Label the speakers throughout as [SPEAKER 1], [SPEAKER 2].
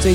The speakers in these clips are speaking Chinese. [SPEAKER 1] 最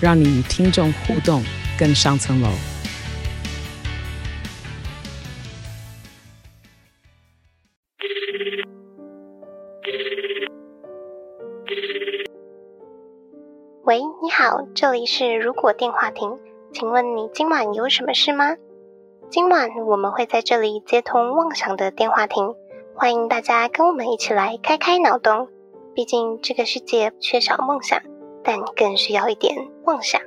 [SPEAKER 1] 让你与听众互动更上层楼。
[SPEAKER 2] 喂，你好，这里是如果电话亭，请问你今晚有什么事吗？今晚我们会在这里接通妄想的电话亭，欢迎大家跟我们一起来开开脑洞。毕竟这个世界缺少梦想，但更需要一点妄想。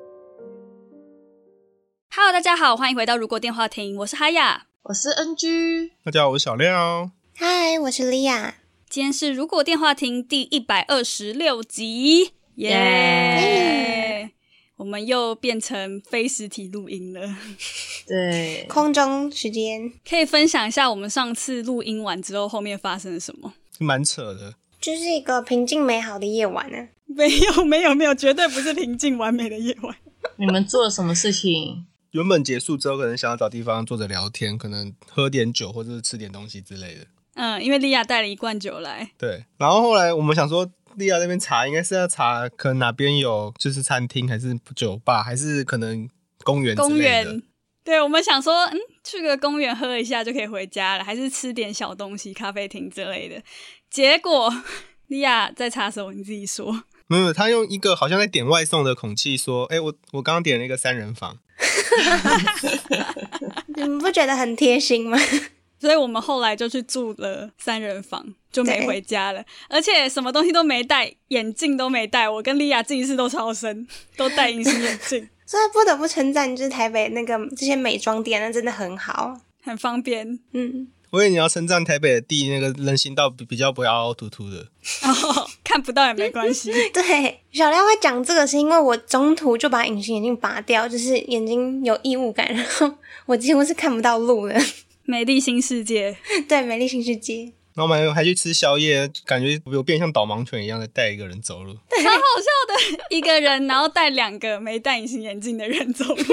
[SPEAKER 3] Hello，大家好，欢迎回到《如果电话亭》，我是哈雅。
[SPEAKER 4] 我是 NG，
[SPEAKER 5] 大家好，我是小廖。
[SPEAKER 2] 嗨，我是莉亚。
[SPEAKER 3] 今天是《如果电话亭》第一百二十六集，耶、我们又变成非实体录音了，
[SPEAKER 4] 对，
[SPEAKER 2] 空中时间
[SPEAKER 3] 可以分享一下我们上次录音完之后后面发生了什么？
[SPEAKER 5] 蛮扯的，
[SPEAKER 2] 就是一个平静美好的夜晚啊呢、
[SPEAKER 3] 没有，没有，没有，绝对不是平静完美的夜晚。
[SPEAKER 4] 你们做了什么事情？
[SPEAKER 5] 原本结束之后，可能想要找地方坐着聊天，可能喝点酒或者是吃点东西之类的。
[SPEAKER 3] 嗯，因为莉亚带了一罐酒来，
[SPEAKER 5] 对，然后后来我们想说，利亚那边查应该是要查，可能哪边有就是餐厅，还是酒吧，还是可能公园之
[SPEAKER 3] 公
[SPEAKER 5] 类的
[SPEAKER 3] 园。对，我们想说，嗯，去个公园喝一下就可以回家了，还是吃点小东西，咖啡厅之类的。结果莉亚在查什么？你自己说。
[SPEAKER 5] 没有，他用一个好像在点外送的口气说：“哎、我我刚刚点了一个三人房。
[SPEAKER 2] 你们不觉得很贴心吗？
[SPEAKER 3] 所以我们后来就去住了三人房，就没
[SPEAKER 2] 对
[SPEAKER 3] 回家了，而且什么东西都没带，眼镜都没带，我跟莉亚近视都超深，都戴隐形眼镜，
[SPEAKER 2] 所以不得不称赞，就是台北那个这些美妆店，那真的很好。
[SPEAKER 3] 很方便。
[SPEAKER 2] 嗯，”
[SPEAKER 5] 我以为你要称赞台北的地那个人行道比比较不要凹凹凸凸的，
[SPEAKER 3] 然后看不到也没关系，
[SPEAKER 2] 对，小廖会讲这个是因为我中途就把隐形眼镜拔掉，就是眼睛有异物感，然 后我几乎是看不到路的。
[SPEAKER 3] 美丽新世界。
[SPEAKER 2] 对，美丽新世界，
[SPEAKER 5] 然后我们还去吃宵夜，感觉有变像导盲犬一样的带一个人走路。
[SPEAKER 3] 超好笑 的，一个人然后带两个没戴隐形眼镜的人走 路。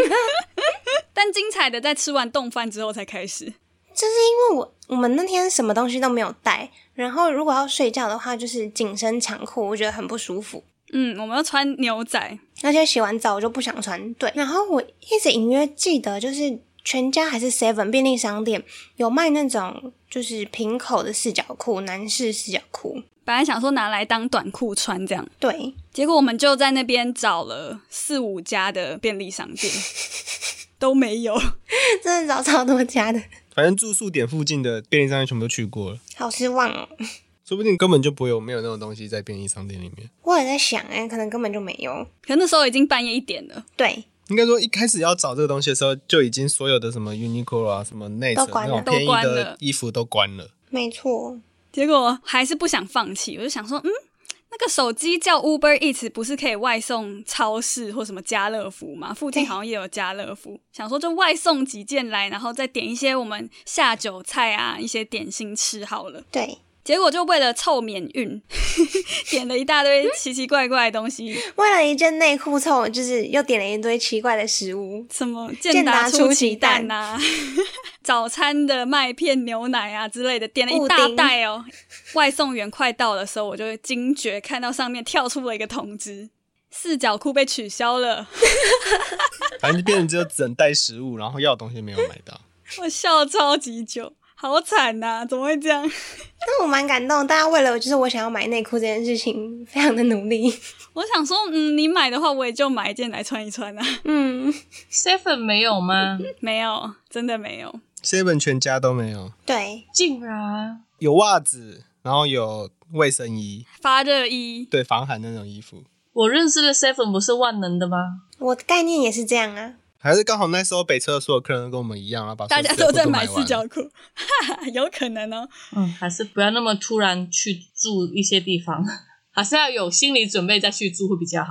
[SPEAKER 3] 但精彩的在吃完冻饭之后才开始，
[SPEAKER 2] 就是因为我我们那天什么东西都没有带，然后如果要睡觉的话，就是紧身长裤，我觉得很不舒服。
[SPEAKER 3] 嗯，我们要穿牛仔，
[SPEAKER 2] 而且洗完澡我就不想穿。对，然后我一直隐约记得，就是全家还是 Seven 便利商店有卖那种就是平口的四角裤，男士四角裤。
[SPEAKER 3] 本来想说拿来当短裤穿这样，
[SPEAKER 2] 对，
[SPEAKER 3] 结果我们就在那边找了四五家的便利商 店，都没有。
[SPEAKER 2] 真的找超多家的，
[SPEAKER 5] 反正住宿点附近的便利商店全部都去过了，
[SPEAKER 2] 好失望哦。
[SPEAKER 5] 说不定根本就不会有没有那种东西在便利商店里面。
[SPEAKER 2] 我也在想、哎，可能根本就没有。
[SPEAKER 3] 可那时候已经半夜一点了，
[SPEAKER 2] 对，
[SPEAKER 5] 应该说一开始要找这个东西的时候，就已经所有的什么 Uniqlo 啊、什么 Nike
[SPEAKER 2] 都关
[SPEAKER 5] 那
[SPEAKER 2] 了
[SPEAKER 5] 种便宜
[SPEAKER 3] 都关
[SPEAKER 5] 的
[SPEAKER 3] 了
[SPEAKER 5] 衣服都关了。
[SPEAKER 2] 没错，
[SPEAKER 3] 结果还是不想放弃，我就想说，嗯，那个手机叫 Uber Eats 不是可以外送超市或什么家乐福吗？附近好像也有家乐福，想说就外送几件来，然后再点一些我们下酒菜啊，一些点心吃好了。
[SPEAKER 2] 对
[SPEAKER 3] 结果就为了凑免运， 点了一大堆奇奇怪怪的东西，
[SPEAKER 2] 为了一件内裤凑，就是又点了一堆奇怪的食物。
[SPEAKER 3] 什么
[SPEAKER 2] 健
[SPEAKER 3] 健
[SPEAKER 2] 达
[SPEAKER 3] 达
[SPEAKER 2] 出
[SPEAKER 3] 出
[SPEAKER 2] 奇
[SPEAKER 3] 奇
[SPEAKER 2] 蛋
[SPEAKER 3] 蛋啊， 早餐的麦片牛奶啊之类的，点了
[SPEAKER 2] 布
[SPEAKER 3] 一大
[SPEAKER 2] 丁
[SPEAKER 3] 袋哦。外送员快到的时候，我就惊觉看到上面跳出了一个通知，四角裤被取消了，
[SPEAKER 5] 反正就变成只有只能带食物，然后要的东西没有买到。
[SPEAKER 3] 我笑超级久。好惨呐、怎么会这样？
[SPEAKER 2] 那我蛮感动，大家为了就是我想要买内裤这件事情，非常的努力。
[SPEAKER 3] 我想说，嗯，你买的话，我也就买一件来穿一穿啊。
[SPEAKER 2] 嗯，
[SPEAKER 4] Seven 没有吗？
[SPEAKER 3] 没有，真的没有。
[SPEAKER 5] Seven 全家都没有，
[SPEAKER 2] 对，
[SPEAKER 4] 竟然啊
[SPEAKER 5] 有袜子，然后有卫生衣，
[SPEAKER 3] 发热衣，
[SPEAKER 5] 对，防寒那种衣服。
[SPEAKER 4] 我认识的 Seven 不是万能的吗？
[SPEAKER 2] 我的概念也是这样啊。
[SPEAKER 5] 还是刚好那时候北车的所有客人都跟我们一样，然后把
[SPEAKER 3] 大家
[SPEAKER 5] 所有
[SPEAKER 3] 都
[SPEAKER 5] 的
[SPEAKER 3] 在
[SPEAKER 5] 衣服
[SPEAKER 3] 买
[SPEAKER 5] 买完
[SPEAKER 3] 四角裤， 哈哈，有可能哦。
[SPEAKER 4] 嗯，还是不要那么突 然去住一些地方，还是要有心理准备再去住会比较好。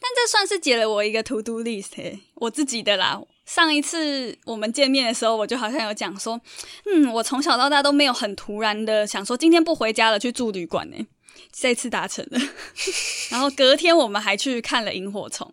[SPEAKER 3] 但这算是解了我一个 to do list，、欸、我自己的啦。上一次我们见面的时候，我就好像有讲说，嗯，我从小到大都没有很突然的想说今天不回家了，去住旅馆呢、欸。这次达成了， 然后隔天我们还去看了萤火虫，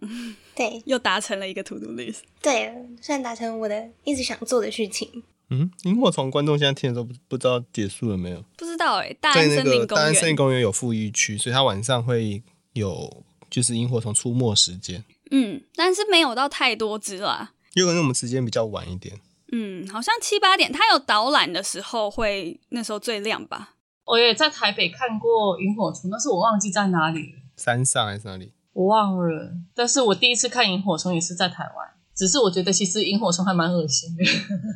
[SPEAKER 2] 对
[SPEAKER 3] 又达成了一个 to do list。
[SPEAKER 2] 对，算达成我的一直想做的事情。
[SPEAKER 5] 嗯，萤火虫观众现在听的时候不不知道结束了没有？
[SPEAKER 3] 不知道哎、大
[SPEAKER 5] 在
[SPEAKER 3] 安
[SPEAKER 5] 那
[SPEAKER 3] 森林
[SPEAKER 5] 个
[SPEAKER 3] 公
[SPEAKER 5] 大安森林
[SPEAKER 3] 园，
[SPEAKER 5] 公园有富裕区，所以它晚上会有就是萤火虫出没时间，
[SPEAKER 3] 嗯，但是没有到太多只啦。
[SPEAKER 5] 有可能我们时间比较晚一点。
[SPEAKER 3] 嗯，好像七八点，它有导览的时候会那时候最亮吧？
[SPEAKER 4] 我也在台北看过萤火虫，但是我忘记在哪里了，
[SPEAKER 5] 山上还是哪里？
[SPEAKER 4] 我忘了。但是我第一次看萤火虫也是在台湾，只是我觉得其实萤火虫还蛮恶心的。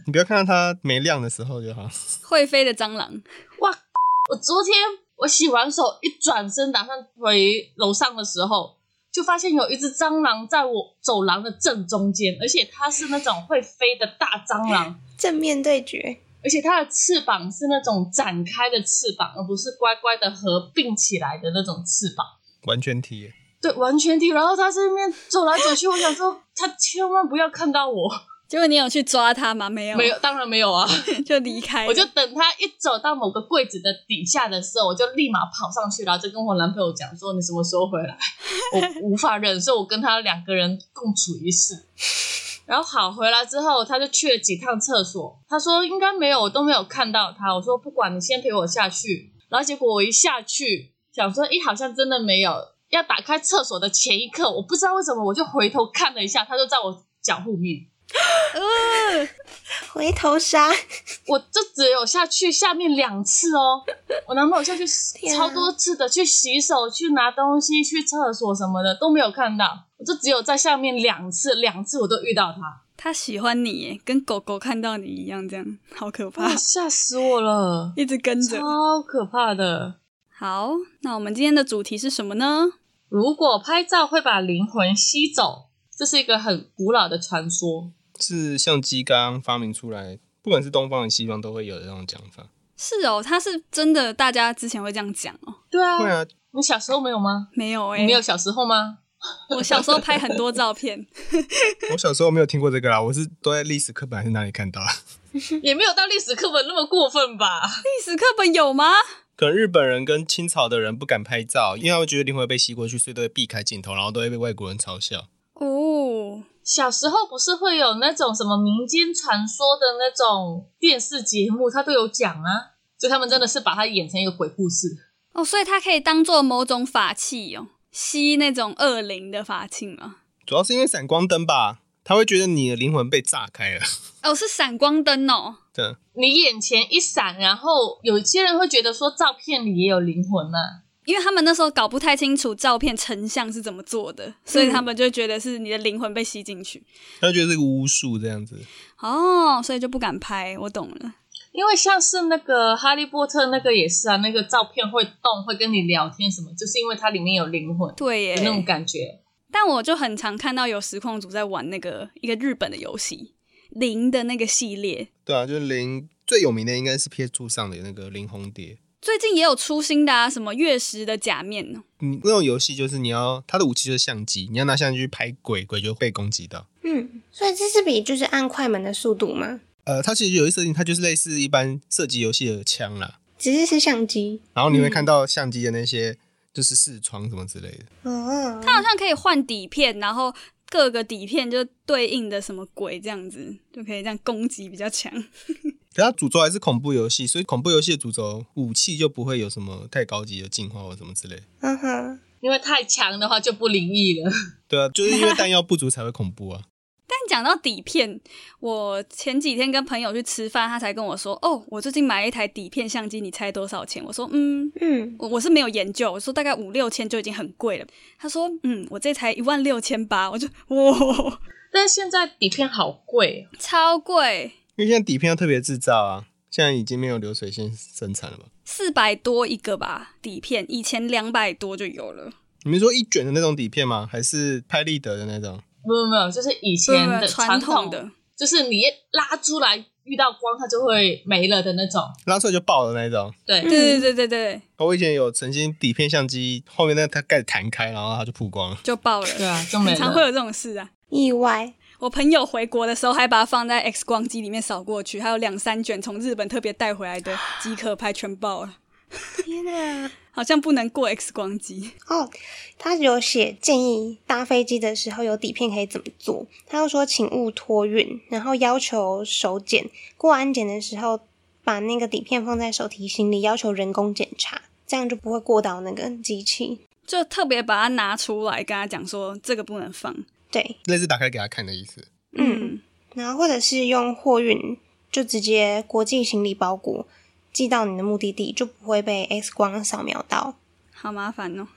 [SPEAKER 5] 你不要看到它没亮的时候就好。
[SPEAKER 3] 会飞的蟑螂，
[SPEAKER 4] 我昨天我洗完手一转身打算回楼上的时候，就发现有一只蟑螂在我走廊的正中间，而且它是那种会飞的大蟑螂，
[SPEAKER 2] 正面对决，
[SPEAKER 4] 而且它的翅膀是那种展开的翅膀，而不是乖乖的合并起来的那种翅膀。
[SPEAKER 5] 完全体耶，
[SPEAKER 4] 对，完全体。然后它在那边走来走去，我想说它千万不要看到我。
[SPEAKER 3] 结果你有去抓它吗？没有，
[SPEAKER 4] 没有，当然没有啊。
[SPEAKER 3] 就离开了。
[SPEAKER 4] 我就等他一走到某个柜子的底下的时候，我就立马跑上去，然后就跟我男朋友讲说：“你什么时候回来？”我无法忍受，我跟他两个人共处一室。然后好回来之后，他就去了几趟厕所，他说应该没有，我都没有看到他。我说不管，你先陪我下去。然后结果我一下去，想说，咦，好像真的没有。要打开厕所的前一刻，我不知道为什么，我就回头看了一下，他就在我脚后面。
[SPEAKER 2] 回头杀，
[SPEAKER 4] 我就只有下去下面两次 哦，我男朋友下去
[SPEAKER 2] 天啊
[SPEAKER 4] 超多次的，去洗手、去拿东西、去厕所什么的都没有看到，我就只有在下面两次，两次我都遇到他，
[SPEAKER 3] 它喜欢你耶，跟狗狗看到你一样，这样好可怕
[SPEAKER 4] 哇，，吓死我了，
[SPEAKER 3] 一直跟着。
[SPEAKER 4] 超可怕的。
[SPEAKER 3] 好，那我们今天的主题是什么呢？
[SPEAKER 4] 如果拍照会把灵魂吸走，这是一个很古老的传说。
[SPEAKER 5] 是相机刚刚发明出来，不管是东方还是西方都会有的这种讲法。
[SPEAKER 3] 是哦，它是真的，大家之前会这样讲哦。
[SPEAKER 4] 对啊，
[SPEAKER 5] 会啊，
[SPEAKER 4] 你小时候没有吗？
[SPEAKER 3] 没有哎、
[SPEAKER 4] 你没有小时候 吗？
[SPEAKER 3] 我小时候拍很多照 片，
[SPEAKER 5] 我小时候没有听过这个啦，我是都在历史课本还是哪里看到啊？
[SPEAKER 4] 也没有到历史课本那么过分吧？
[SPEAKER 3] 历史课本有吗？
[SPEAKER 5] 可能日本人跟清朝的人不敢拍照，因为他们觉得灵魂被吸过去，所以都会避开镜头，然后都会被外国人嘲笑。
[SPEAKER 3] 哦，
[SPEAKER 4] 小时候不是会有那种什么民间传说的那种电视节目，他都有讲啊，就他们真的是把它演成一个鬼故事。
[SPEAKER 3] 哦，所以它可以当做某种法器哦，吸那种恶灵的法器吗？
[SPEAKER 5] 主要是因为闪光灯吧，他会觉得你的灵魂被炸开了。
[SPEAKER 3] 哦，是闪光灯哦。
[SPEAKER 5] 对，
[SPEAKER 4] 你眼前一闪，然后有些人会觉得说照片里也有灵魂啊呐、
[SPEAKER 3] 因为他们那时候搞不太清楚照片成像是怎么做的，所以
[SPEAKER 4] 嗯
[SPEAKER 3] 他们就觉得是你的灵魂被吸进去。
[SPEAKER 5] 他就觉得是个巫术这样子。
[SPEAKER 3] 哦，所以就不敢拍。我懂了。
[SPEAKER 4] 因为像是那个《哈利波特》那个也是啊，那个照片会动，会跟你聊天什么，就是因为它里面有灵魂，
[SPEAKER 3] 对耶
[SPEAKER 4] 有，那种感觉。
[SPEAKER 3] 但我就很常看到有实况组在玩那个一个日本的游戏零的那个系列，
[SPEAKER 5] 对啊，就是灵最有名的应该是 PS 2上的那个灵红蝶。
[SPEAKER 3] 最近也有出新的啊，什么月食的假面哦
[SPEAKER 5] 你那种游戏就是你要它的武器就是相机，你要拿相机去拍鬼，鬼就会被攻击到。
[SPEAKER 2] 嗯，所以这是比就是按快门的速度吗？
[SPEAKER 5] 呃，它其实有一设定，它就是类似一般射击游戏的枪啦，
[SPEAKER 2] 只是是相机。
[SPEAKER 5] 然后你会看到相机的那些就是视窗什么之类的。
[SPEAKER 2] 哦，
[SPEAKER 3] 它好像可以换底片，然后各个底片就对应的什么鬼这样子，就可以这样攻击比较强。
[SPEAKER 5] 可它主轴还是恐怖游戏，所以恐怖游戏的主轴武器就不会有什么太高级的进化或什么之类的。
[SPEAKER 2] 嗯哼，
[SPEAKER 4] 因为太强的话就不灵异了。
[SPEAKER 5] 对啊，就是因为弹药不足才会恐怖啊。
[SPEAKER 3] 但讲到底片，我前几天跟朋友去吃饭，他才跟我说：“哦，我最近买了一台底片相机，你猜多少钱？”我说：“嗯，
[SPEAKER 2] 嗯，
[SPEAKER 3] 我我是没有研究，我说大概五六千就已经很贵了。”他说：“嗯，我这才一万六千八。”我就哇，
[SPEAKER 4] 但是现在底片好贵哦，
[SPEAKER 3] 超贵，
[SPEAKER 5] 因为现在底片要特别制造啊，现在已经没有流水线生产了吧？
[SPEAKER 3] 四百多一个吧，底片以前两百多就有了。
[SPEAKER 5] 你们说一卷的那种底片吗？还是拍立得的那种？
[SPEAKER 4] 没有没有，就是以前
[SPEAKER 3] 不不
[SPEAKER 4] 的
[SPEAKER 3] 不传
[SPEAKER 4] 传
[SPEAKER 3] 统的
[SPEAKER 4] 就是你拉出来遇到光它就会没了的那种。
[SPEAKER 5] 拉出来就爆的那一种。哦
[SPEAKER 4] 对，
[SPEAKER 3] 对对对对对，
[SPEAKER 5] 我以前有曾经底片相机后面那个它盖子弹开，然后它就曝光了。
[SPEAKER 3] 就爆了。
[SPEAKER 4] 对啊，就没
[SPEAKER 3] 很常会
[SPEAKER 4] 了。
[SPEAKER 3] 有这种事啊。
[SPEAKER 2] 意外，
[SPEAKER 3] 我朋友回国的时候还把它放在 X 光机里面扫过去，还有两三卷从日本特别带回来的即可拍全爆了，
[SPEAKER 2] 天啊哪！
[SPEAKER 3] 好像不能过 X 光机。
[SPEAKER 2] 哦，他有写建议搭飞机的时候有底片可以怎么做。他又说请勿托运，然后要求手检，过安检的时候把那个底片放在手提行李，要求人工检查，这样就不会过到那个机器。
[SPEAKER 3] 就特别把它拿出来，跟他讲说这个不能放。
[SPEAKER 2] 对，
[SPEAKER 5] 类似打开给他看的意思。
[SPEAKER 2] 嗯，然后或者是用货运，就直接国际行李包裹寄到你的目的地，就不会被 X 光扫描到。
[SPEAKER 3] 好麻烦哦。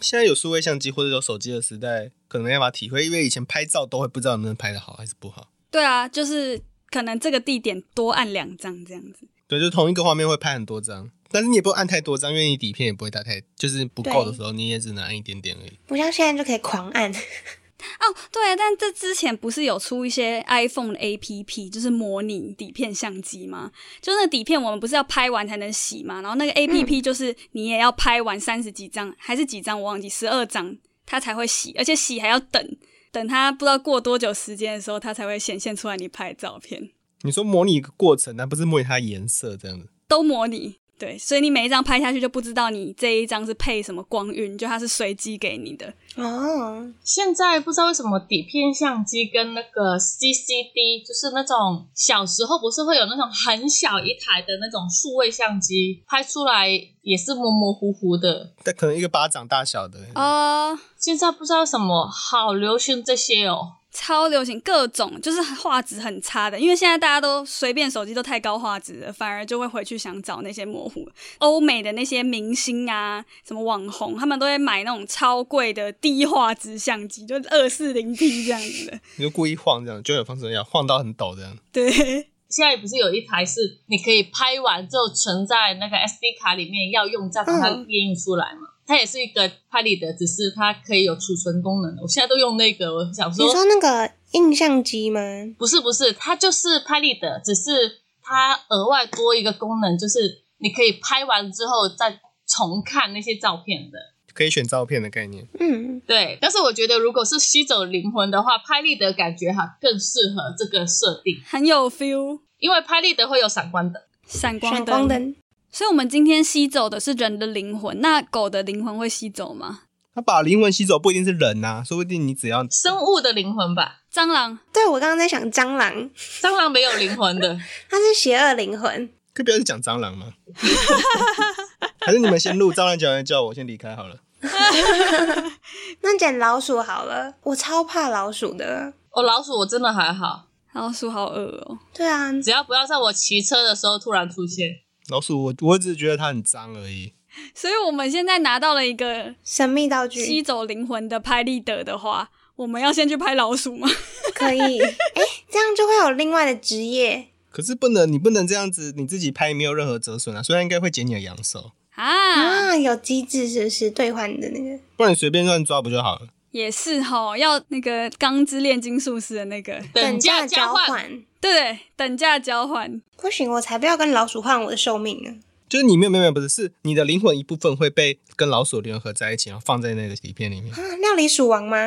[SPEAKER 5] 现在有数位相机或者有手机的时代，可能没办法体会，因为以前拍照都会不知道能不能拍的好还是不好。
[SPEAKER 3] 对啊，就是可能这个地点多按两张这样子。
[SPEAKER 5] 对，就是同一个画面会拍很多张，但是你也不会按太多张，因为你底片也不会打太，就是不够的时候你也只能按一点点而已。
[SPEAKER 2] 不像现在就可以狂按，
[SPEAKER 3] 哦，对，但这之前不是有出一些 iPhone 的 APP，就是模拟底片相机吗？就那底片我们不是要拍完才能洗嘛，然后那个 APP 就是你也要拍完三十几张、还是几张我忘记，十二张它才会洗，而且洗还要等。等它不知道过多久时间的时候，它才会显现出来你拍的照片，
[SPEAKER 5] 你说模拟一个过程，但不是模拟它颜色这样子。
[SPEAKER 3] 都模拟。对，所以你每一张拍下去就不知道你这一张是配什么光晕，就它是随机给你的。
[SPEAKER 2] 哦，
[SPEAKER 4] 现在不知道为什么底片相机跟那个 CCD，就是那种小时候不是会有那种很小一台的那种数位相机，拍出来也是模模糊糊的。
[SPEAKER 5] 但可能一个巴掌大小的，
[SPEAKER 3] 哦、
[SPEAKER 4] 现在不知道为什么好流行这些哦。
[SPEAKER 3] 超流行各种，就是画质很差的，因为现在大家都随便手机都太高画质了，反而就会回去想找那些模糊。欧美的那些明星啊，什么网红，他们都会买那种超贵的低画质相机，就二四零 P 这样子的。
[SPEAKER 5] 你就故意晃这样，就有方式一样晃到很抖这样。
[SPEAKER 3] 对，
[SPEAKER 4] 现在不是有一台是你可以拍完之后存在那个 SD 卡里面，要用再把它
[SPEAKER 2] 嗯
[SPEAKER 4] 列印出来嘛？它也是一个拍立得，只是它可以有储存功能的。我现在都用那个，我想
[SPEAKER 2] 你说那个印象机吗？
[SPEAKER 4] 不是不是，它就是拍立得，只是它额外多一个功能，就是你可以拍完之后再重看那些照片的。
[SPEAKER 5] 可以选照片的概念，
[SPEAKER 2] 嗯，
[SPEAKER 4] 对，但是我觉得如果是吸走灵魂的话，拍立得感觉哈更适合这个设定，
[SPEAKER 3] 很有 feel，
[SPEAKER 4] 因为拍立得会有闪光灯。
[SPEAKER 3] 闪光
[SPEAKER 2] 闪
[SPEAKER 3] 灯。
[SPEAKER 2] 光灯。
[SPEAKER 3] 所以我们今天吸走的是人的灵魂，那狗的灵魂会吸走吗？
[SPEAKER 5] 它把灵魂吸走不一定是人呐、说不定你只要
[SPEAKER 4] 生物的灵魂吧，
[SPEAKER 3] 蟑螂
[SPEAKER 2] 对，我刚刚在想蟑螂，
[SPEAKER 4] 蟑螂没有灵魂的，
[SPEAKER 2] 它是邪恶灵魂。
[SPEAKER 5] 可以不要是讲蟑螂吗？还是你们先录蟑螂讲完叫我先离开好了。
[SPEAKER 2] 那捡老鼠好了，我超怕老鼠的。
[SPEAKER 4] 哦，老鼠我真的还好，
[SPEAKER 3] 老鼠好恶哦、
[SPEAKER 2] 对啊，
[SPEAKER 4] 只要不要在我骑车的时候突然出现。
[SPEAKER 5] 老鼠，我我只是觉得它很脏而已。
[SPEAKER 3] 所以我们现在拿到了一个
[SPEAKER 2] 神秘道
[SPEAKER 3] 吸
[SPEAKER 2] 具
[SPEAKER 3] 走灵魂的拍立得的话，我们要先去拍老鼠吗？
[SPEAKER 2] 可以，哎、这样就会有另外的职业。
[SPEAKER 5] 可是不能，你不能这样子，你自己拍没有任何折损啊。虽然应该会剪你的阳寿，
[SPEAKER 3] 啊，
[SPEAKER 2] 啊，有机制是不是兑换的那个？
[SPEAKER 5] 不然你随便乱抓不就好了？
[SPEAKER 3] 也是吼，要那个《钢之炼金术师》的那个，
[SPEAKER 4] 等价
[SPEAKER 2] 价
[SPEAKER 4] 交换，
[SPEAKER 2] 换
[SPEAKER 3] 对，等价交换，
[SPEAKER 2] 不行，我才不要跟老鼠换我的寿命呢。
[SPEAKER 5] 就是你没有没有没有不是，是你的灵魂一部分会被跟老鼠联合在一起，然后放在那个底片里面。
[SPEAKER 2] 啊，料理鼠王吗？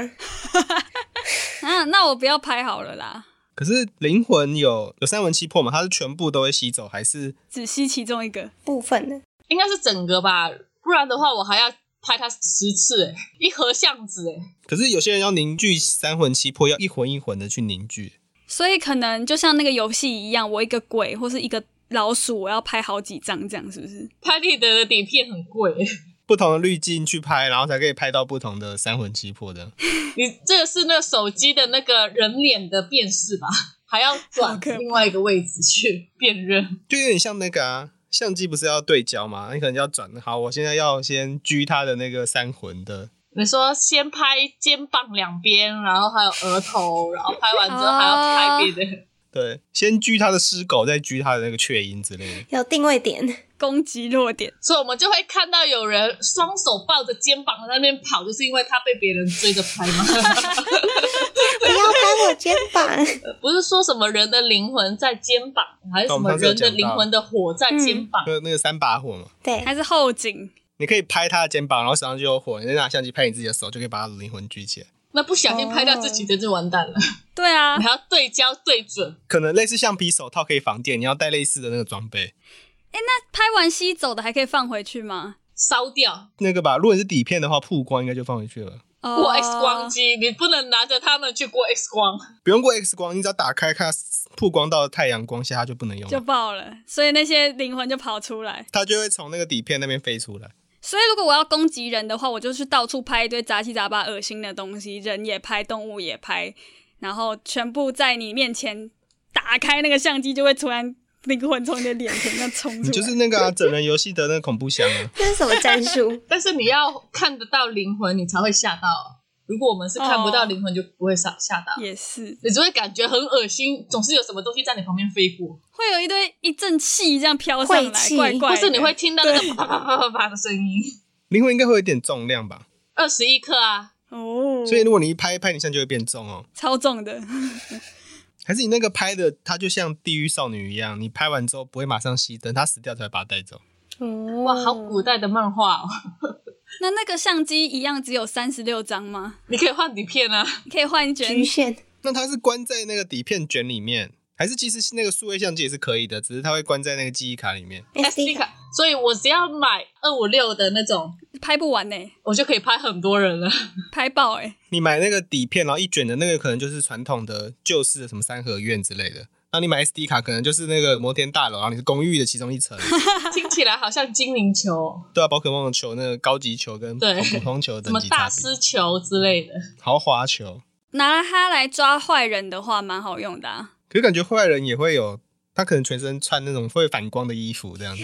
[SPEAKER 3] 啊，那我不要拍好了啦，
[SPEAKER 5] 可是灵魂有有三魂七魄嘛，它是全部都会吸走，还是
[SPEAKER 3] 只吸其中一个，
[SPEAKER 2] 部分的，
[SPEAKER 4] 应该是整个吧，不然的话我还要拍它十次哎、一盒巷子哎、
[SPEAKER 5] 可是有些人要凝聚三魂七魄，要一魂一魂的去凝聚。
[SPEAKER 3] 所以可能就像那个游戏一样，我一个鬼或是一个老鼠，我要拍好几张，这样是不是？
[SPEAKER 4] 拍立得的底片很贵、欸
[SPEAKER 5] 不同的滤镜去拍，然后才可以拍到不同的三魂七魄的。
[SPEAKER 4] 你这个是那个手机的那个人脸的辨识吧？还要
[SPEAKER 3] 好
[SPEAKER 4] 转
[SPEAKER 3] 可怕
[SPEAKER 4] 另外一个位置去辨认。
[SPEAKER 5] 就有点像那个啊，相机不是要对焦吗？你可能要转。好，我现在要先狙他的那个三魂的，
[SPEAKER 4] 你说先拍肩膀两边，然后还有额头，然后拍完之后还要拍别的。
[SPEAKER 5] 对，先狙他的狮狗，再狙他的那个雀鹰之类的。
[SPEAKER 2] 有定 位点，
[SPEAKER 3] 攻击弱 点，
[SPEAKER 4] 所以我们就会看到有人双手抱着肩膀在那边跑，就是因为他被别人追着拍嘛。
[SPEAKER 2] 不要拍有肩膀，
[SPEAKER 4] 不是说什么人的灵魂在肩膀，还是什
[SPEAKER 5] 那我
[SPEAKER 4] 么
[SPEAKER 5] 们上次有
[SPEAKER 4] 人的
[SPEAKER 5] 讲到
[SPEAKER 4] 灵魂的火在肩膀？
[SPEAKER 3] 嗯
[SPEAKER 5] 那那个三把火嘛，
[SPEAKER 2] 对，
[SPEAKER 3] 还是后颈，
[SPEAKER 5] 你可以拍他的肩膀，然后手上就有火，你再拿相机拍你自己的手，就可以把他的灵魂举起来。
[SPEAKER 4] 那不小心拍到自己的就完蛋了，
[SPEAKER 3] 对啊
[SPEAKER 4] 你，还要对焦对准。
[SPEAKER 5] 可能类似橡皮手套可以防电，你要带类似的那个装备。
[SPEAKER 3] 拍完吸走的还可以放回去吗？
[SPEAKER 4] 烧掉
[SPEAKER 5] 那个吧，如果你是底片的话，曝光应该就放回去了，
[SPEAKER 3] 哦
[SPEAKER 4] 过 X 光机，你不能拿着它们去过 X 光。
[SPEAKER 5] 不用过 X 光，你只要打开看曝光到太阳光下，它就不能用
[SPEAKER 3] 就
[SPEAKER 5] 了，
[SPEAKER 3] 爆了，所以那些灵魂就跑出来。
[SPEAKER 5] 它就会从那个底片那边飞出来。
[SPEAKER 3] 所以如果我要攻击人的话，我就去到处拍一堆杂七杂八、恶心的东西，人也拍，动物也拍，然后全部在你面前打开那个相机，就会突然灵魂从你的脸前面冲出
[SPEAKER 5] 你
[SPEAKER 3] 来。
[SPEAKER 5] 就是那个、啊、整人游戏的那个恐怖箱 啊，
[SPEAKER 2] 这是什么战术？
[SPEAKER 4] 但是你要看得到灵魂，你才会吓到啊。如果我们是看不到
[SPEAKER 3] 哦
[SPEAKER 4] 灵魂，就不会吓吓到，
[SPEAKER 3] 也是
[SPEAKER 4] 你只会感觉很恶心，总是有什么东西在你旁边飞过，
[SPEAKER 3] 会有一堆一阵气这样飘上
[SPEAKER 2] 晦
[SPEAKER 3] 来，
[SPEAKER 2] 气
[SPEAKER 3] 怪怪
[SPEAKER 4] 或
[SPEAKER 3] 的。
[SPEAKER 4] 是你会听到那个啪啪啪啪啪啪的声音。
[SPEAKER 5] 灵魂应该会有点重量吧，
[SPEAKER 4] 二十一克啊，
[SPEAKER 3] 哦，
[SPEAKER 5] 所以如果你一拍拍你像就会变重哦。
[SPEAKER 3] 超重的，
[SPEAKER 5] 还是你那个拍的，它就像地狱少女一样，你拍完之后不会马上熄灯，它死掉才会把它带走。
[SPEAKER 4] 哇，
[SPEAKER 2] 哇
[SPEAKER 4] 好古代的漫画哦！
[SPEAKER 3] 那那个相机一样只有三十六张吗？
[SPEAKER 4] 你可以换底片啊，
[SPEAKER 3] 你可以换一卷
[SPEAKER 2] 哦局限，
[SPEAKER 5] 那它是关在那个底片卷里面，还是其实那个数位相机也是可以的，只是它会关在那个记忆卡里面。
[SPEAKER 4] SD 卡，所以我只要买二五六的那种，
[SPEAKER 3] 拍不完呢、欸
[SPEAKER 4] 我就可以拍很多人了。
[SPEAKER 3] 拍爆哎、
[SPEAKER 5] 你买那个底片，然后一卷的那个可能就是传统的旧式的什么三合院之类的。那你买 SD 卡可能就是那个摩天大楼，然后你是公寓的其中 一层，
[SPEAKER 4] 听起来好像精灵球哦，
[SPEAKER 5] 对啊，宝可梦的球那个高级球跟
[SPEAKER 4] 对
[SPEAKER 5] 普通球
[SPEAKER 4] 什
[SPEAKER 5] 等
[SPEAKER 4] 么
[SPEAKER 5] 级
[SPEAKER 4] 大
[SPEAKER 5] 差别，
[SPEAKER 4] 师球之类的。
[SPEAKER 5] 豪华球。
[SPEAKER 3] 拿它来抓坏人的话，蛮好用的、啊。
[SPEAKER 5] 可是感觉坏人也会有，他可能全身穿那种会反光的衣服 这样子。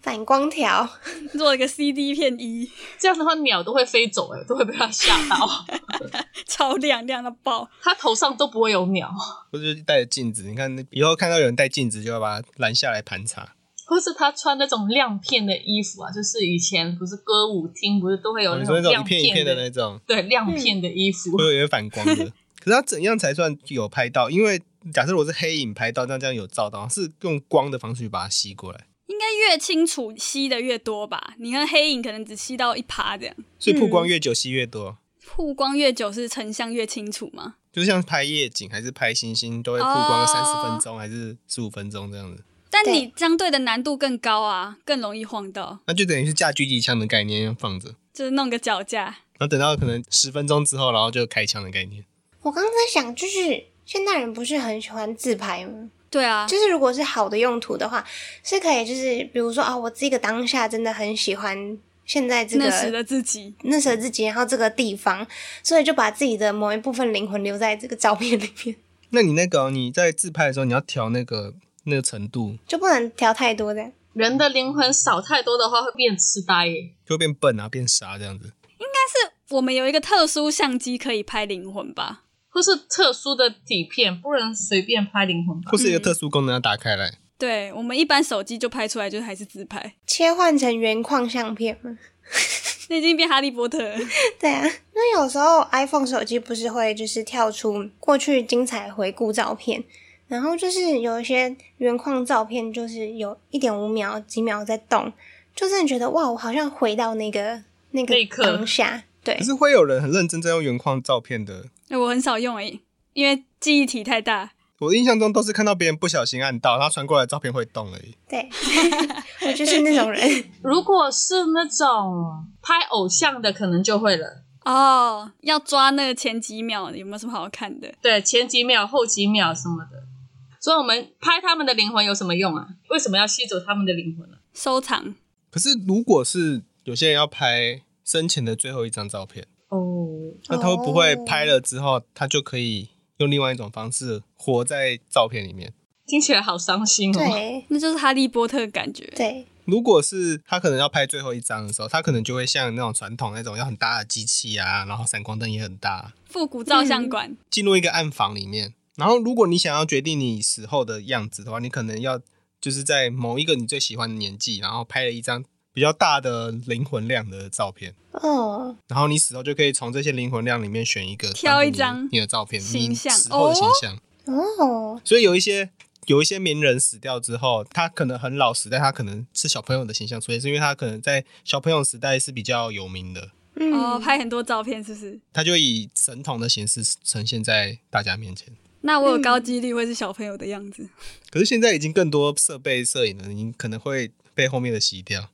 [SPEAKER 2] 反光条，
[SPEAKER 3] 做一个 CD 片一，
[SPEAKER 4] 这样的话，鸟都会飞走、哎，都会被它吓到，
[SPEAKER 3] 超亮亮到爆。
[SPEAKER 4] 它头上都不会有鸟，
[SPEAKER 5] 或者就是带着镜子，你看以后看到有人带镜子，就要把它拦下来盘查。
[SPEAKER 4] 或是它穿那种亮片的衣服啊，就是以前不是歌舞厅不是都会有
[SPEAKER 5] 哦你
[SPEAKER 4] 那种
[SPEAKER 5] 说那种
[SPEAKER 4] 亮
[SPEAKER 5] 一片一片
[SPEAKER 4] 的
[SPEAKER 5] 的那种，
[SPEAKER 4] 对亮片的衣服，
[SPEAKER 5] 会有点反光的。可是它怎样才算有拍到？因为假设我是黑影拍到，那这样有照到，是用光的方式去把它吸过来，
[SPEAKER 3] 应该越清楚吸的越多吧？你看黑影可能只吸到一趴这样，
[SPEAKER 5] 所以曝光越久吸越多。
[SPEAKER 3] 曝光越久是成像越清楚吗？
[SPEAKER 5] 就像拍夜景还是拍星星，都会曝光
[SPEAKER 3] 哦
[SPEAKER 5] 个三十分钟、还是十五分钟这样子，
[SPEAKER 3] 但
[SPEAKER 2] 对
[SPEAKER 3] 你相对的难度更高啊，更容易晃到，
[SPEAKER 5] 那就等于是架狙击枪的概念放着，
[SPEAKER 3] 就是弄个脚架。
[SPEAKER 5] 然后等到可能十分钟之后，然后就开枪的概念。
[SPEAKER 2] 我刚刚在想，就是现代人不是很喜欢自拍吗？
[SPEAKER 3] 对啊，
[SPEAKER 2] 就是如果是好的用途的话，是可以就是比如说啊、我这个当下真的很喜欢现在这个
[SPEAKER 3] 那时的自己，
[SPEAKER 2] 那时的自己，然后这个地方，所以就把自己的某一部分灵魂留在这个照片里面，
[SPEAKER 5] 那你那个哦你在自拍的时候，你要调那个那个程度，
[SPEAKER 2] 就不能调太多这样。
[SPEAKER 4] 人的灵魂少太多的话会变痴呆、哎
[SPEAKER 5] 就会变笨啊，变傻这样子。
[SPEAKER 3] 我们有一个特殊相机可以拍灵魂吧？
[SPEAKER 4] 或是特殊的底片，不能随便拍灵魂吧
[SPEAKER 5] 或。是一个特殊功能要打开来，
[SPEAKER 3] 对我们一般手机就拍出来，就还是自拍，
[SPEAKER 2] 切换成原框相片吗？
[SPEAKER 3] 那已经变哈利波特了。
[SPEAKER 2] 对啊，那有时候 iPhone 手机不是会就是跳出过去精彩回顾照片，然后就是有一些原框照片，就是有一点五秒、几秒在动，就真的觉得哇，我好像回到那个那个
[SPEAKER 4] 那一刻
[SPEAKER 2] 当下。对
[SPEAKER 5] 可，是会有人很认真在用原框照片的。
[SPEAKER 3] 哎我很少用诶、因为记忆体太大。
[SPEAKER 5] 我印象中都是看到别人不小心按到，然后传过来的照片会动而已。
[SPEAKER 2] 对， 我就是那种人。
[SPEAKER 4] 如果是那种拍偶像的，可能就会了。
[SPEAKER 3] 哦，要抓那前几秒有没有什么好看的？
[SPEAKER 4] 对，前几秒、后几秒什么的。所以我们拍他们的灵魂有什么用啊？为什么要吸走他们的灵魂呢、啊
[SPEAKER 3] 收藏
[SPEAKER 5] 可是如果是有些人要拍生前的最后一张照片，
[SPEAKER 4] 哦，
[SPEAKER 5] 那他会不会
[SPEAKER 2] 哦
[SPEAKER 5] 拍了之后，他就可以用另外一种方式活在照片里面？
[SPEAKER 4] 听起来好伤心哦。
[SPEAKER 2] 对
[SPEAKER 3] 那就是哈利波特的感觉。
[SPEAKER 2] 对，
[SPEAKER 5] 如果是他可能要拍最后一张的时候，他可能就会像那种传统那种要很大的机器啊，然后闪光灯也很大，
[SPEAKER 3] 复古照相馆、
[SPEAKER 5] 进入一个暗房里面。然后，如果你想要决定你死后的样子的话，你可能要就是在某一个你最喜欢的年纪，然后拍了一张比比较大的灵魂量的照片，
[SPEAKER 2] 嗯，
[SPEAKER 5] 然后你死后就可以从这些灵魂量里面选一个，
[SPEAKER 3] 挑一
[SPEAKER 5] 当做你
[SPEAKER 3] 张
[SPEAKER 5] 你的照片，
[SPEAKER 3] 形
[SPEAKER 5] 你
[SPEAKER 3] 象
[SPEAKER 5] 死后的形
[SPEAKER 3] 哦
[SPEAKER 5] 象。
[SPEAKER 2] 哦，
[SPEAKER 5] 所以有一些有一些名人死掉之后，他可能很老实，但他可能是小朋友的形象出现，是因为他可能在小朋友时代是比较有名的，
[SPEAKER 2] 嗯，
[SPEAKER 3] 哦，拍很多照片是不是？
[SPEAKER 5] 他就以神童的形式呈现在大家面前。
[SPEAKER 3] 那我有高几率会是小朋友的样子，
[SPEAKER 5] 可是现在已经更多设备摄影了，你可能会被后面的洗掉。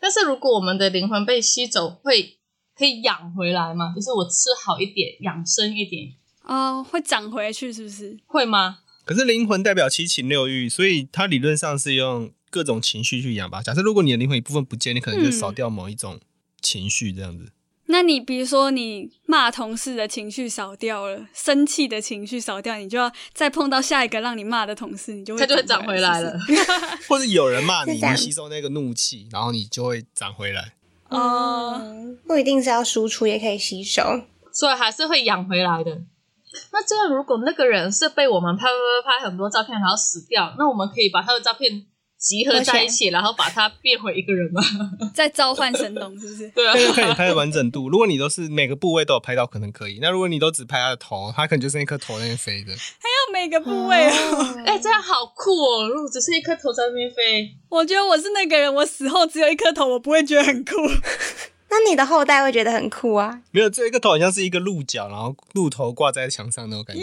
[SPEAKER 4] 但是如果我们的灵魂被吸走，会可以养回来吗？就是我吃好一点，养生一点，
[SPEAKER 3] 哦，会长回去是不是？
[SPEAKER 4] 会吗？
[SPEAKER 5] 可是灵魂代表七情六欲，所以它理论上是用各种情绪去养吧。假设如果你的灵魂一部分不见，你可能就少掉某一种情绪，这样子。
[SPEAKER 3] 那你比如说你骂同事的情绪扫掉了，生气的情绪扫掉，你就要再碰到下一个让你骂的同事，你就会
[SPEAKER 4] 它就会长回来
[SPEAKER 3] 是不
[SPEAKER 4] 了
[SPEAKER 3] 是。
[SPEAKER 5] 或者有人骂你，
[SPEAKER 2] 是这样
[SPEAKER 5] 你吸收那个怒气，然后你就会长回来。
[SPEAKER 3] 哦，
[SPEAKER 2] 嗯不一定是要输出，也可以吸收。
[SPEAKER 4] 所以还是会养回来的。那这样，如果那个人是被我们拍拍拍拍很多照片，然后死掉，那我们可以把他的照片集合在一起，然后把他变回一个人吗？
[SPEAKER 3] 再召唤神龙 是不是？
[SPEAKER 4] 对啊
[SPEAKER 5] 但，要看你拍的完整度。如果你都是每个部位都有拍到，可能可以。那如果你都只拍他的头，他可能就是一颗头在那边飞的。
[SPEAKER 3] 要每个部位哦。
[SPEAKER 4] 哎、这样好酷哦！如果只是一颗头在那边飞，
[SPEAKER 3] 我觉得我是那个人，我死后只有一颗头，我不会觉得很酷。
[SPEAKER 2] 那你的后代会觉得很酷啊。
[SPEAKER 5] 没有，这一个头好像是一个鹿角，然后鹿头挂在墙上那种感觉，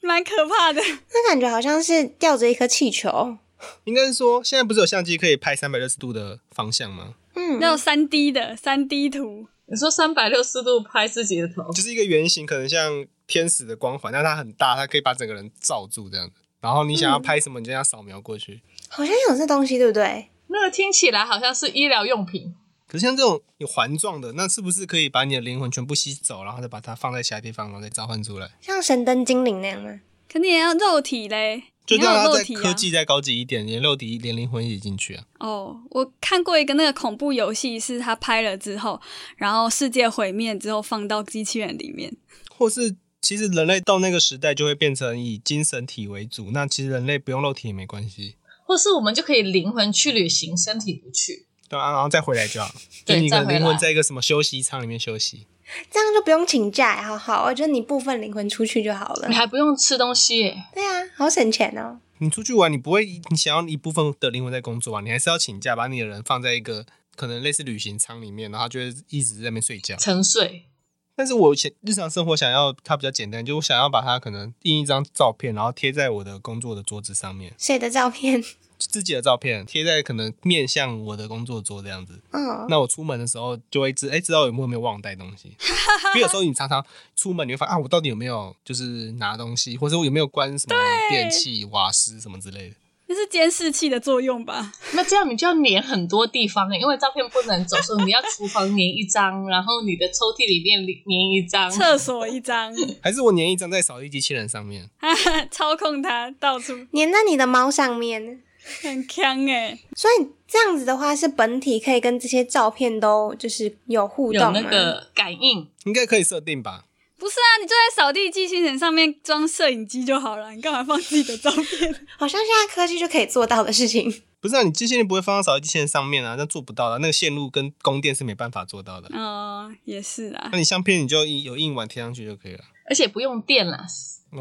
[SPEAKER 3] 蛮可怕的，
[SPEAKER 2] 那感觉好像是吊着一颗气球。
[SPEAKER 5] 应该是说现在不是有相机可以拍三百六十度的方向吗？
[SPEAKER 2] 嗯，
[SPEAKER 3] 那种三 D 的三 D 图，
[SPEAKER 4] 你说三百六十度拍自己的头，
[SPEAKER 5] 就是一个圆形，可能像天使的光环，但它很大，它可以把整个人罩住这样子。然后你想要拍什么，你就这样扫描过去。
[SPEAKER 2] 好像有这东西，对不对？
[SPEAKER 4] 那个听起来好像是医疗用品。
[SPEAKER 5] 可是像这种有环状的，那是不是可以把你的灵魂全部吸走，然后再把它放在其他地方，然后再召唤出来？
[SPEAKER 2] 像神灯精灵那样吗？
[SPEAKER 3] 可你也要肉体嘞，
[SPEAKER 5] 就
[SPEAKER 3] 你
[SPEAKER 5] 让
[SPEAKER 3] 要有
[SPEAKER 5] 它
[SPEAKER 3] 肉
[SPEAKER 5] 再
[SPEAKER 3] 体
[SPEAKER 5] 科
[SPEAKER 3] 啊。
[SPEAKER 5] 技再高级一点，连肉体、连灵魂一起进去啊。
[SPEAKER 3] 哦，我看过一个那个恐怖游戏，是他拍了之后，然后世界毁灭之后放到机器人里面。
[SPEAKER 5] 或是其实人类到那个时代就会变成以精神体为主，那其实人类不用肉体也没关系，
[SPEAKER 4] 或是我们就可以灵魂去旅行，身体不去。
[SPEAKER 5] 对啊，然后再回来 就好。就
[SPEAKER 4] 对
[SPEAKER 5] 你的
[SPEAKER 4] 再回来
[SPEAKER 5] 灵魂在一个什么休息舱里面休息，
[SPEAKER 2] 这样就不用请假，好好，我觉得你部分灵魂出去就好了
[SPEAKER 4] 你。还不用吃东西耶，
[SPEAKER 2] 对啊，好省钱哦。
[SPEAKER 5] 你出去玩，你不会你想要一部分的灵魂在工作啊，你还是要请假，把你的人放在一个可能类似旅行舱里面，然后就会一直在那边睡觉。
[SPEAKER 4] 沉睡。
[SPEAKER 5] 但是我想日常生活想要它比较简单，就我想要把它可能印一张照片，然后贴在我的工作的桌子上面，
[SPEAKER 2] 谁的照片？
[SPEAKER 5] 就自己的照片贴在可能面向我的工作桌这样子。
[SPEAKER 2] 嗯，
[SPEAKER 5] 那我出门的时候就会知，哎、知道有没有没有忘带东西。因为有时候你常常出门，你会发现啊，我到底有没有就是拿东西，或者我有没有关什么电器、瓦斯什么之类的。
[SPEAKER 3] 那是监视器的作用吧？
[SPEAKER 4] 那这样你就要粘很多地方欸耶，因为照片不能走，所以你要厨房粘一张，然后你的抽屉里面粘一张。
[SPEAKER 3] 厕所一 张，啊
[SPEAKER 5] 还是我粘一张在扫地机器人上面，
[SPEAKER 3] 操控它到处
[SPEAKER 2] 粘在你的猫上面。
[SPEAKER 3] 很强哎、
[SPEAKER 2] 所以这样子的话，是本体可以跟这些照片都就是有互
[SPEAKER 4] 有
[SPEAKER 2] 动吗
[SPEAKER 4] 那个感应，
[SPEAKER 5] 应该可以设定吧？
[SPEAKER 3] 不是啊，你就在扫地机器人上面装摄影机就好了，你干嘛放自己的照 片？
[SPEAKER 2] 好像现在科技就可以做到的事情。
[SPEAKER 5] 不是啊，你机器人不会放到扫地机器人上面啊，那做不到的、那个线路跟供电是没办法做到的。
[SPEAKER 3] 哦，也是啊
[SPEAKER 5] 那，你相片你就印有印完贴上去就可以了。
[SPEAKER 4] 而且不用电啦。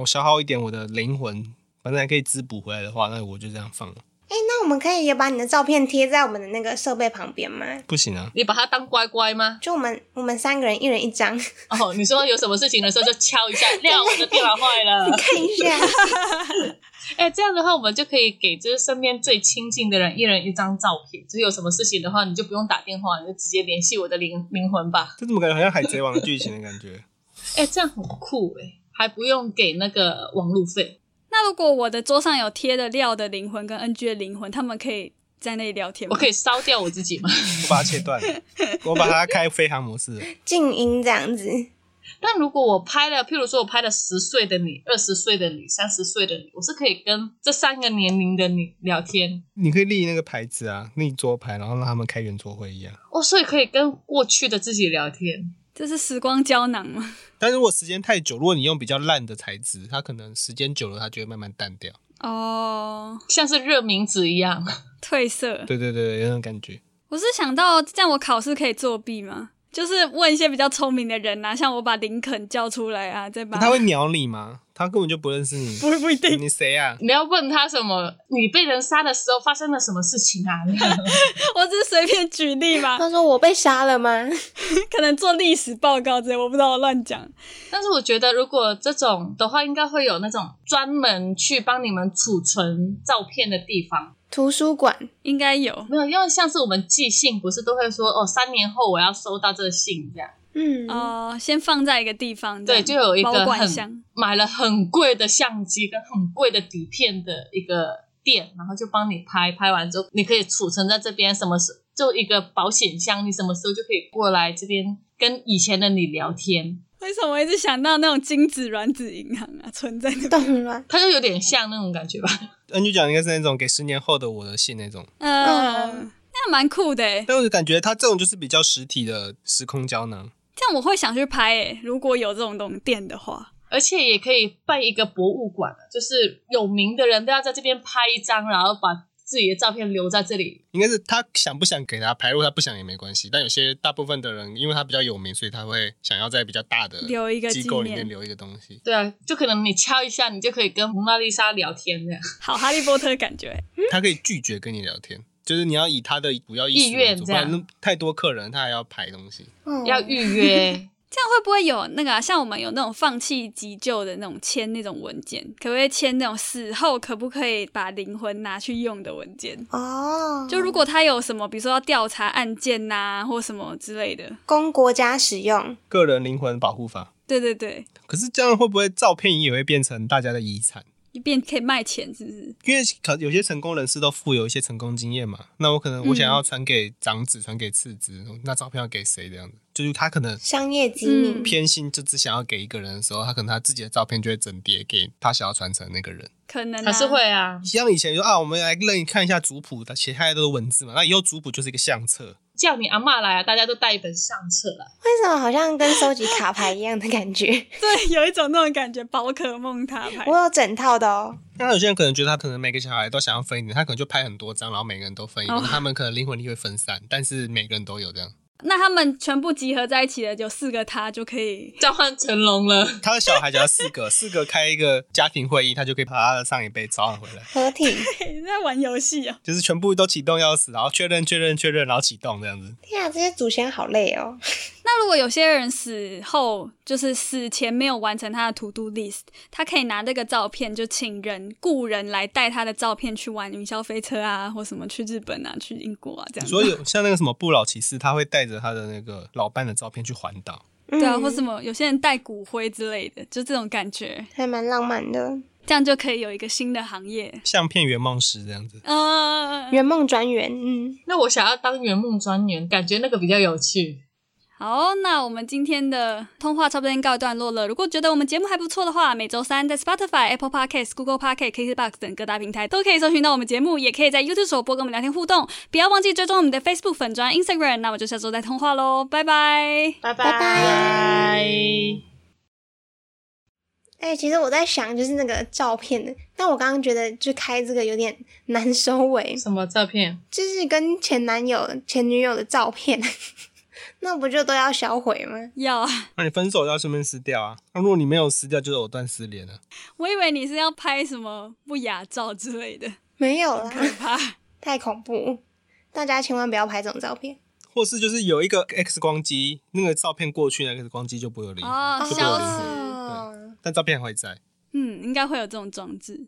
[SPEAKER 5] 我消耗一点我的灵魂，反正还可以滋补回来的话，那我就这样放了。
[SPEAKER 2] 哎、那我们可以也把你的照片贴在我们的那个设备旁边吗？
[SPEAKER 5] 不行啊，
[SPEAKER 4] 你把它当乖乖吗？
[SPEAKER 2] 就我们我们三个人一人一张，
[SPEAKER 4] 哦，你说有什么事情的时候就敲一下，亮，我的电脑坏 了。
[SPEAKER 2] 看一下。
[SPEAKER 4] 哎，这样的话，我们就可以给就是身边最亲近的人一人一张照片。就是有什么事情的话，你就不用打电话，你就直接联系我的灵灵魂吧。
[SPEAKER 5] 这怎么感觉好像海贼王的剧情的感觉？
[SPEAKER 4] 哎，这样很酷哎，还不用给那个网路费。
[SPEAKER 3] 那如果我的桌上有贴的料的灵魂跟 NG 的灵魂，他们可以在那里聊天吗？
[SPEAKER 4] 我可以烧掉我自己吗？
[SPEAKER 5] 我把它切断 了，我把它开飞行模式了。
[SPEAKER 2] 静音这样子。
[SPEAKER 4] 但如果我拍了，譬如说我拍了十岁的你、二十岁的你、三十岁的你，我是可以跟这三个年龄的你聊天
[SPEAKER 5] 你可以立那个牌子啊，立桌牌，然后让他们开圆桌会议啊。
[SPEAKER 4] 哦，所以可以跟过去的自己聊天。
[SPEAKER 3] 这是时光胶囊吗？
[SPEAKER 5] 但如果时间太久，如果你用比较烂的材质，它可能时间久了，它就会慢慢淡掉。
[SPEAKER 3] 哦，
[SPEAKER 4] 像是热名字一样，
[SPEAKER 3] 褪色。
[SPEAKER 5] 对对对，有那种感觉。
[SPEAKER 3] 我是想到这样，我考试可以作弊吗？就是问一些比较聪明的人啊，像我把林肯叫出来啊，再把
[SPEAKER 5] 他会鸟你吗？他根本就不认识你，
[SPEAKER 3] 不不一定，
[SPEAKER 5] 你谁啊？
[SPEAKER 4] 你要问他什么？你被人杀的时候发生了什么事情啊？
[SPEAKER 3] 我只是随便举例嘛，
[SPEAKER 6] 他说我被杀了吗？
[SPEAKER 3] 可能做历史报告之类，我不知道我乱讲。
[SPEAKER 4] 但是我觉得，如果这种的话，应该会有那种专门去帮你们储存照片的地方。
[SPEAKER 6] 图书馆
[SPEAKER 3] 应该有，
[SPEAKER 4] 没有，因为像是我们寄信，不是都会说哦，三年后我要收到这个信这样。
[SPEAKER 6] 嗯，
[SPEAKER 3] 哦，先放在一个地方，这
[SPEAKER 4] 对，
[SPEAKER 3] 样
[SPEAKER 4] 就有一
[SPEAKER 3] 保
[SPEAKER 4] 个
[SPEAKER 3] 管箱
[SPEAKER 4] 很，买了很贵的相机跟很贵的底片的一个店，然后就帮你拍，拍完之后你可以储存在这边，什么时就一个保险箱，你什么时候就可以过来这边跟以前的你聊天。
[SPEAKER 3] 为什么我一直想到那种精子卵子银行啊，存在 那边？
[SPEAKER 6] 动乱。
[SPEAKER 4] 它就有点像那种感觉吧。
[SPEAKER 5] 恩就讲应该是那种给十年后的我的信那种，
[SPEAKER 3] 呃，那蛮酷的欸诶，
[SPEAKER 5] 但我就感觉他这种就是比较实体的时空胶囊，
[SPEAKER 3] 这样我会想去拍诶，如果有这种东店的话，
[SPEAKER 4] 而且也可以办一个博物馆，就是有名的人都要在这边拍一张，然后把自己的照片留在这里。
[SPEAKER 5] 应该是他想不想给他拍，如果他不想也没关系。但有些大部分的人，因为他比较有名，所以他会想要在比较大的
[SPEAKER 3] 留一个
[SPEAKER 5] 呃机
[SPEAKER 3] 纪
[SPEAKER 5] 构里
[SPEAKER 3] 念
[SPEAKER 5] 面留一个东西。
[SPEAKER 4] 对啊，就可能你敲一下，你就可以跟蒙娜丽莎聊天这样。
[SPEAKER 3] 好哈利波特的感觉，
[SPEAKER 5] 他可以拒绝跟你聊天，就是你要以他的主要意
[SPEAKER 4] 意
[SPEAKER 5] 识为
[SPEAKER 4] 愿
[SPEAKER 5] 主
[SPEAKER 4] 这
[SPEAKER 5] 不然
[SPEAKER 4] 样
[SPEAKER 5] 太多客人，他还要排东西。
[SPEAKER 3] 哦
[SPEAKER 6] 嗯
[SPEAKER 4] 要预 约，
[SPEAKER 3] 这样会不会有那个、啊、像我们有那种放弃急救的那种签那种文件，可不可以签那种死后可不可以把灵魂拿去用的文件？
[SPEAKER 6] 哦，
[SPEAKER 3] 就如果他有什么，比如说要调查案件呐、或什么之类的，
[SPEAKER 6] 供国家使用，
[SPEAKER 5] 个人灵魂保护法，
[SPEAKER 3] 对对对，
[SPEAKER 5] 可是这样会不会照片也会变成大家的遗产？
[SPEAKER 3] 一遍可以卖钱，是不是？
[SPEAKER 5] 因为可有些成功人士都富有一些成功经验嘛，那我可能我想要传给长子，传给次子，那照片要给谁这样子？就是他可能
[SPEAKER 6] 商业机密。
[SPEAKER 3] 嗯
[SPEAKER 5] 偏心，就只想要给一个人的时候，他可能他自己的照片就会整叠给他想要传承的那个人。
[SPEAKER 3] 可能、啊、
[SPEAKER 4] 还是会啊。
[SPEAKER 5] 像以前说啊，我们来认看一下族谱，它写下来都是文字嘛，那以后族谱就是一个相册，
[SPEAKER 4] 叫你阿嬷来啊，大家都带一本相册来。
[SPEAKER 6] 为什么好像跟收集卡牌一样的感 觉？
[SPEAKER 3] 对，有一种那种感觉，宝可梦塔牌
[SPEAKER 6] 我。有整套的哦。
[SPEAKER 5] 那有些人可能觉得他可能每个小孩都想要分一点，他可能就拍很多张，然后每个人都分一个，
[SPEAKER 3] 哦
[SPEAKER 5] 那他们可能灵魂力会分散，但是每个人都有这样。
[SPEAKER 3] 那他们全部集合在一起的，有四个他就可以。
[SPEAKER 4] 召唤成龙了，
[SPEAKER 5] 他的小孩只要四个，四个开一个家庭会议，他就可以把他的上一辈召唤回来，
[SPEAKER 6] 合体，
[SPEAKER 3] 嘿你在玩游戏啊？
[SPEAKER 5] 就是全部都启动钥匙，然后确认确认确认，然后启动这样子。
[SPEAKER 6] 天啊，这些祖先好累哦。
[SPEAKER 3] 那如果有些人死后，就是死前没有完成他的 to do list，他可以拿这个照片，就请人雇人来带他的照片去玩云霄飞车啊，或什么去日本啊，去英国啊这样子。
[SPEAKER 5] 所以有像那个什么不老骑士，他会带着他的那个老伴的照片去环岛，
[SPEAKER 6] 对
[SPEAKER 3] 对啊，或什么有些人带骨灰之类的，就这种感觉，
[SPEAKER 6] 还蛮浪漫的。
[SPEAKER 3] 这样就可以有一个新的行业。
[SPEAKER 5] 相片圆梦师这样子。
[SPEAKER 3] 嗯、
[SPEAKER 6] 圆梦专员，嗯，
[SPEAKER 4] 那我想要当圆梦专员，感觉那个比较有趣。
[SPEAKER 3] 好，那我们今天的通话差不多先告一段落了。如果觉得我们节目还不错的话，每周三在 Spotify、Apple Podcast、Google Podcast、KKBox 等各大平台都可以搜寻到我们节目，也可以在 YouTube 首播跟我们聊天互动。不要忘记追踪我们的 Facebook 粉专、Instagram。那我们就下周再通话喽，拜拜。
[SPEAKER 4] 拜
[SPEAKER 6] 拜拜哎、其实我在想，就是那个照片的，但我刚刚觉得就开这个有点难收尾，
[SPEAKER 4] 什么照片？
[SPEAKER 6] 就是跟前男友、前女友的照片， 那不就都要销毁吗？
[SPEAKER 3] 要啊，
[SPEAKER 5] 那你分手要顺便撕掉啊，那如果你没有撕掉，就是藕断丝连了。
[SPEAKER 3] 我以为你是要拍什么不雅照之类的，
[SPEAKER 6] 没有
[SPEAKER 3] 很
[SPEAKER 6] 啦，
[SPEAKER 3] 可怕。
[SPEAKER 6] 太恐怖，大家千万不要拍这种照片。
[SPEAKER 5] 或是就是有一个 X 光机，那个照片过去，那个 X 光机就不会有灵魂，
[SPEAKER 3] 哦
[SPEAKER 5] 就不会有
[SPEAKER 3] 消
[SPEAKER 5] 灵
[SPEAKER 3] 失
[SPEAKER 5] 魂，但照片还会在。
[SPEAKER 3] 嗯，应该会有这种装置。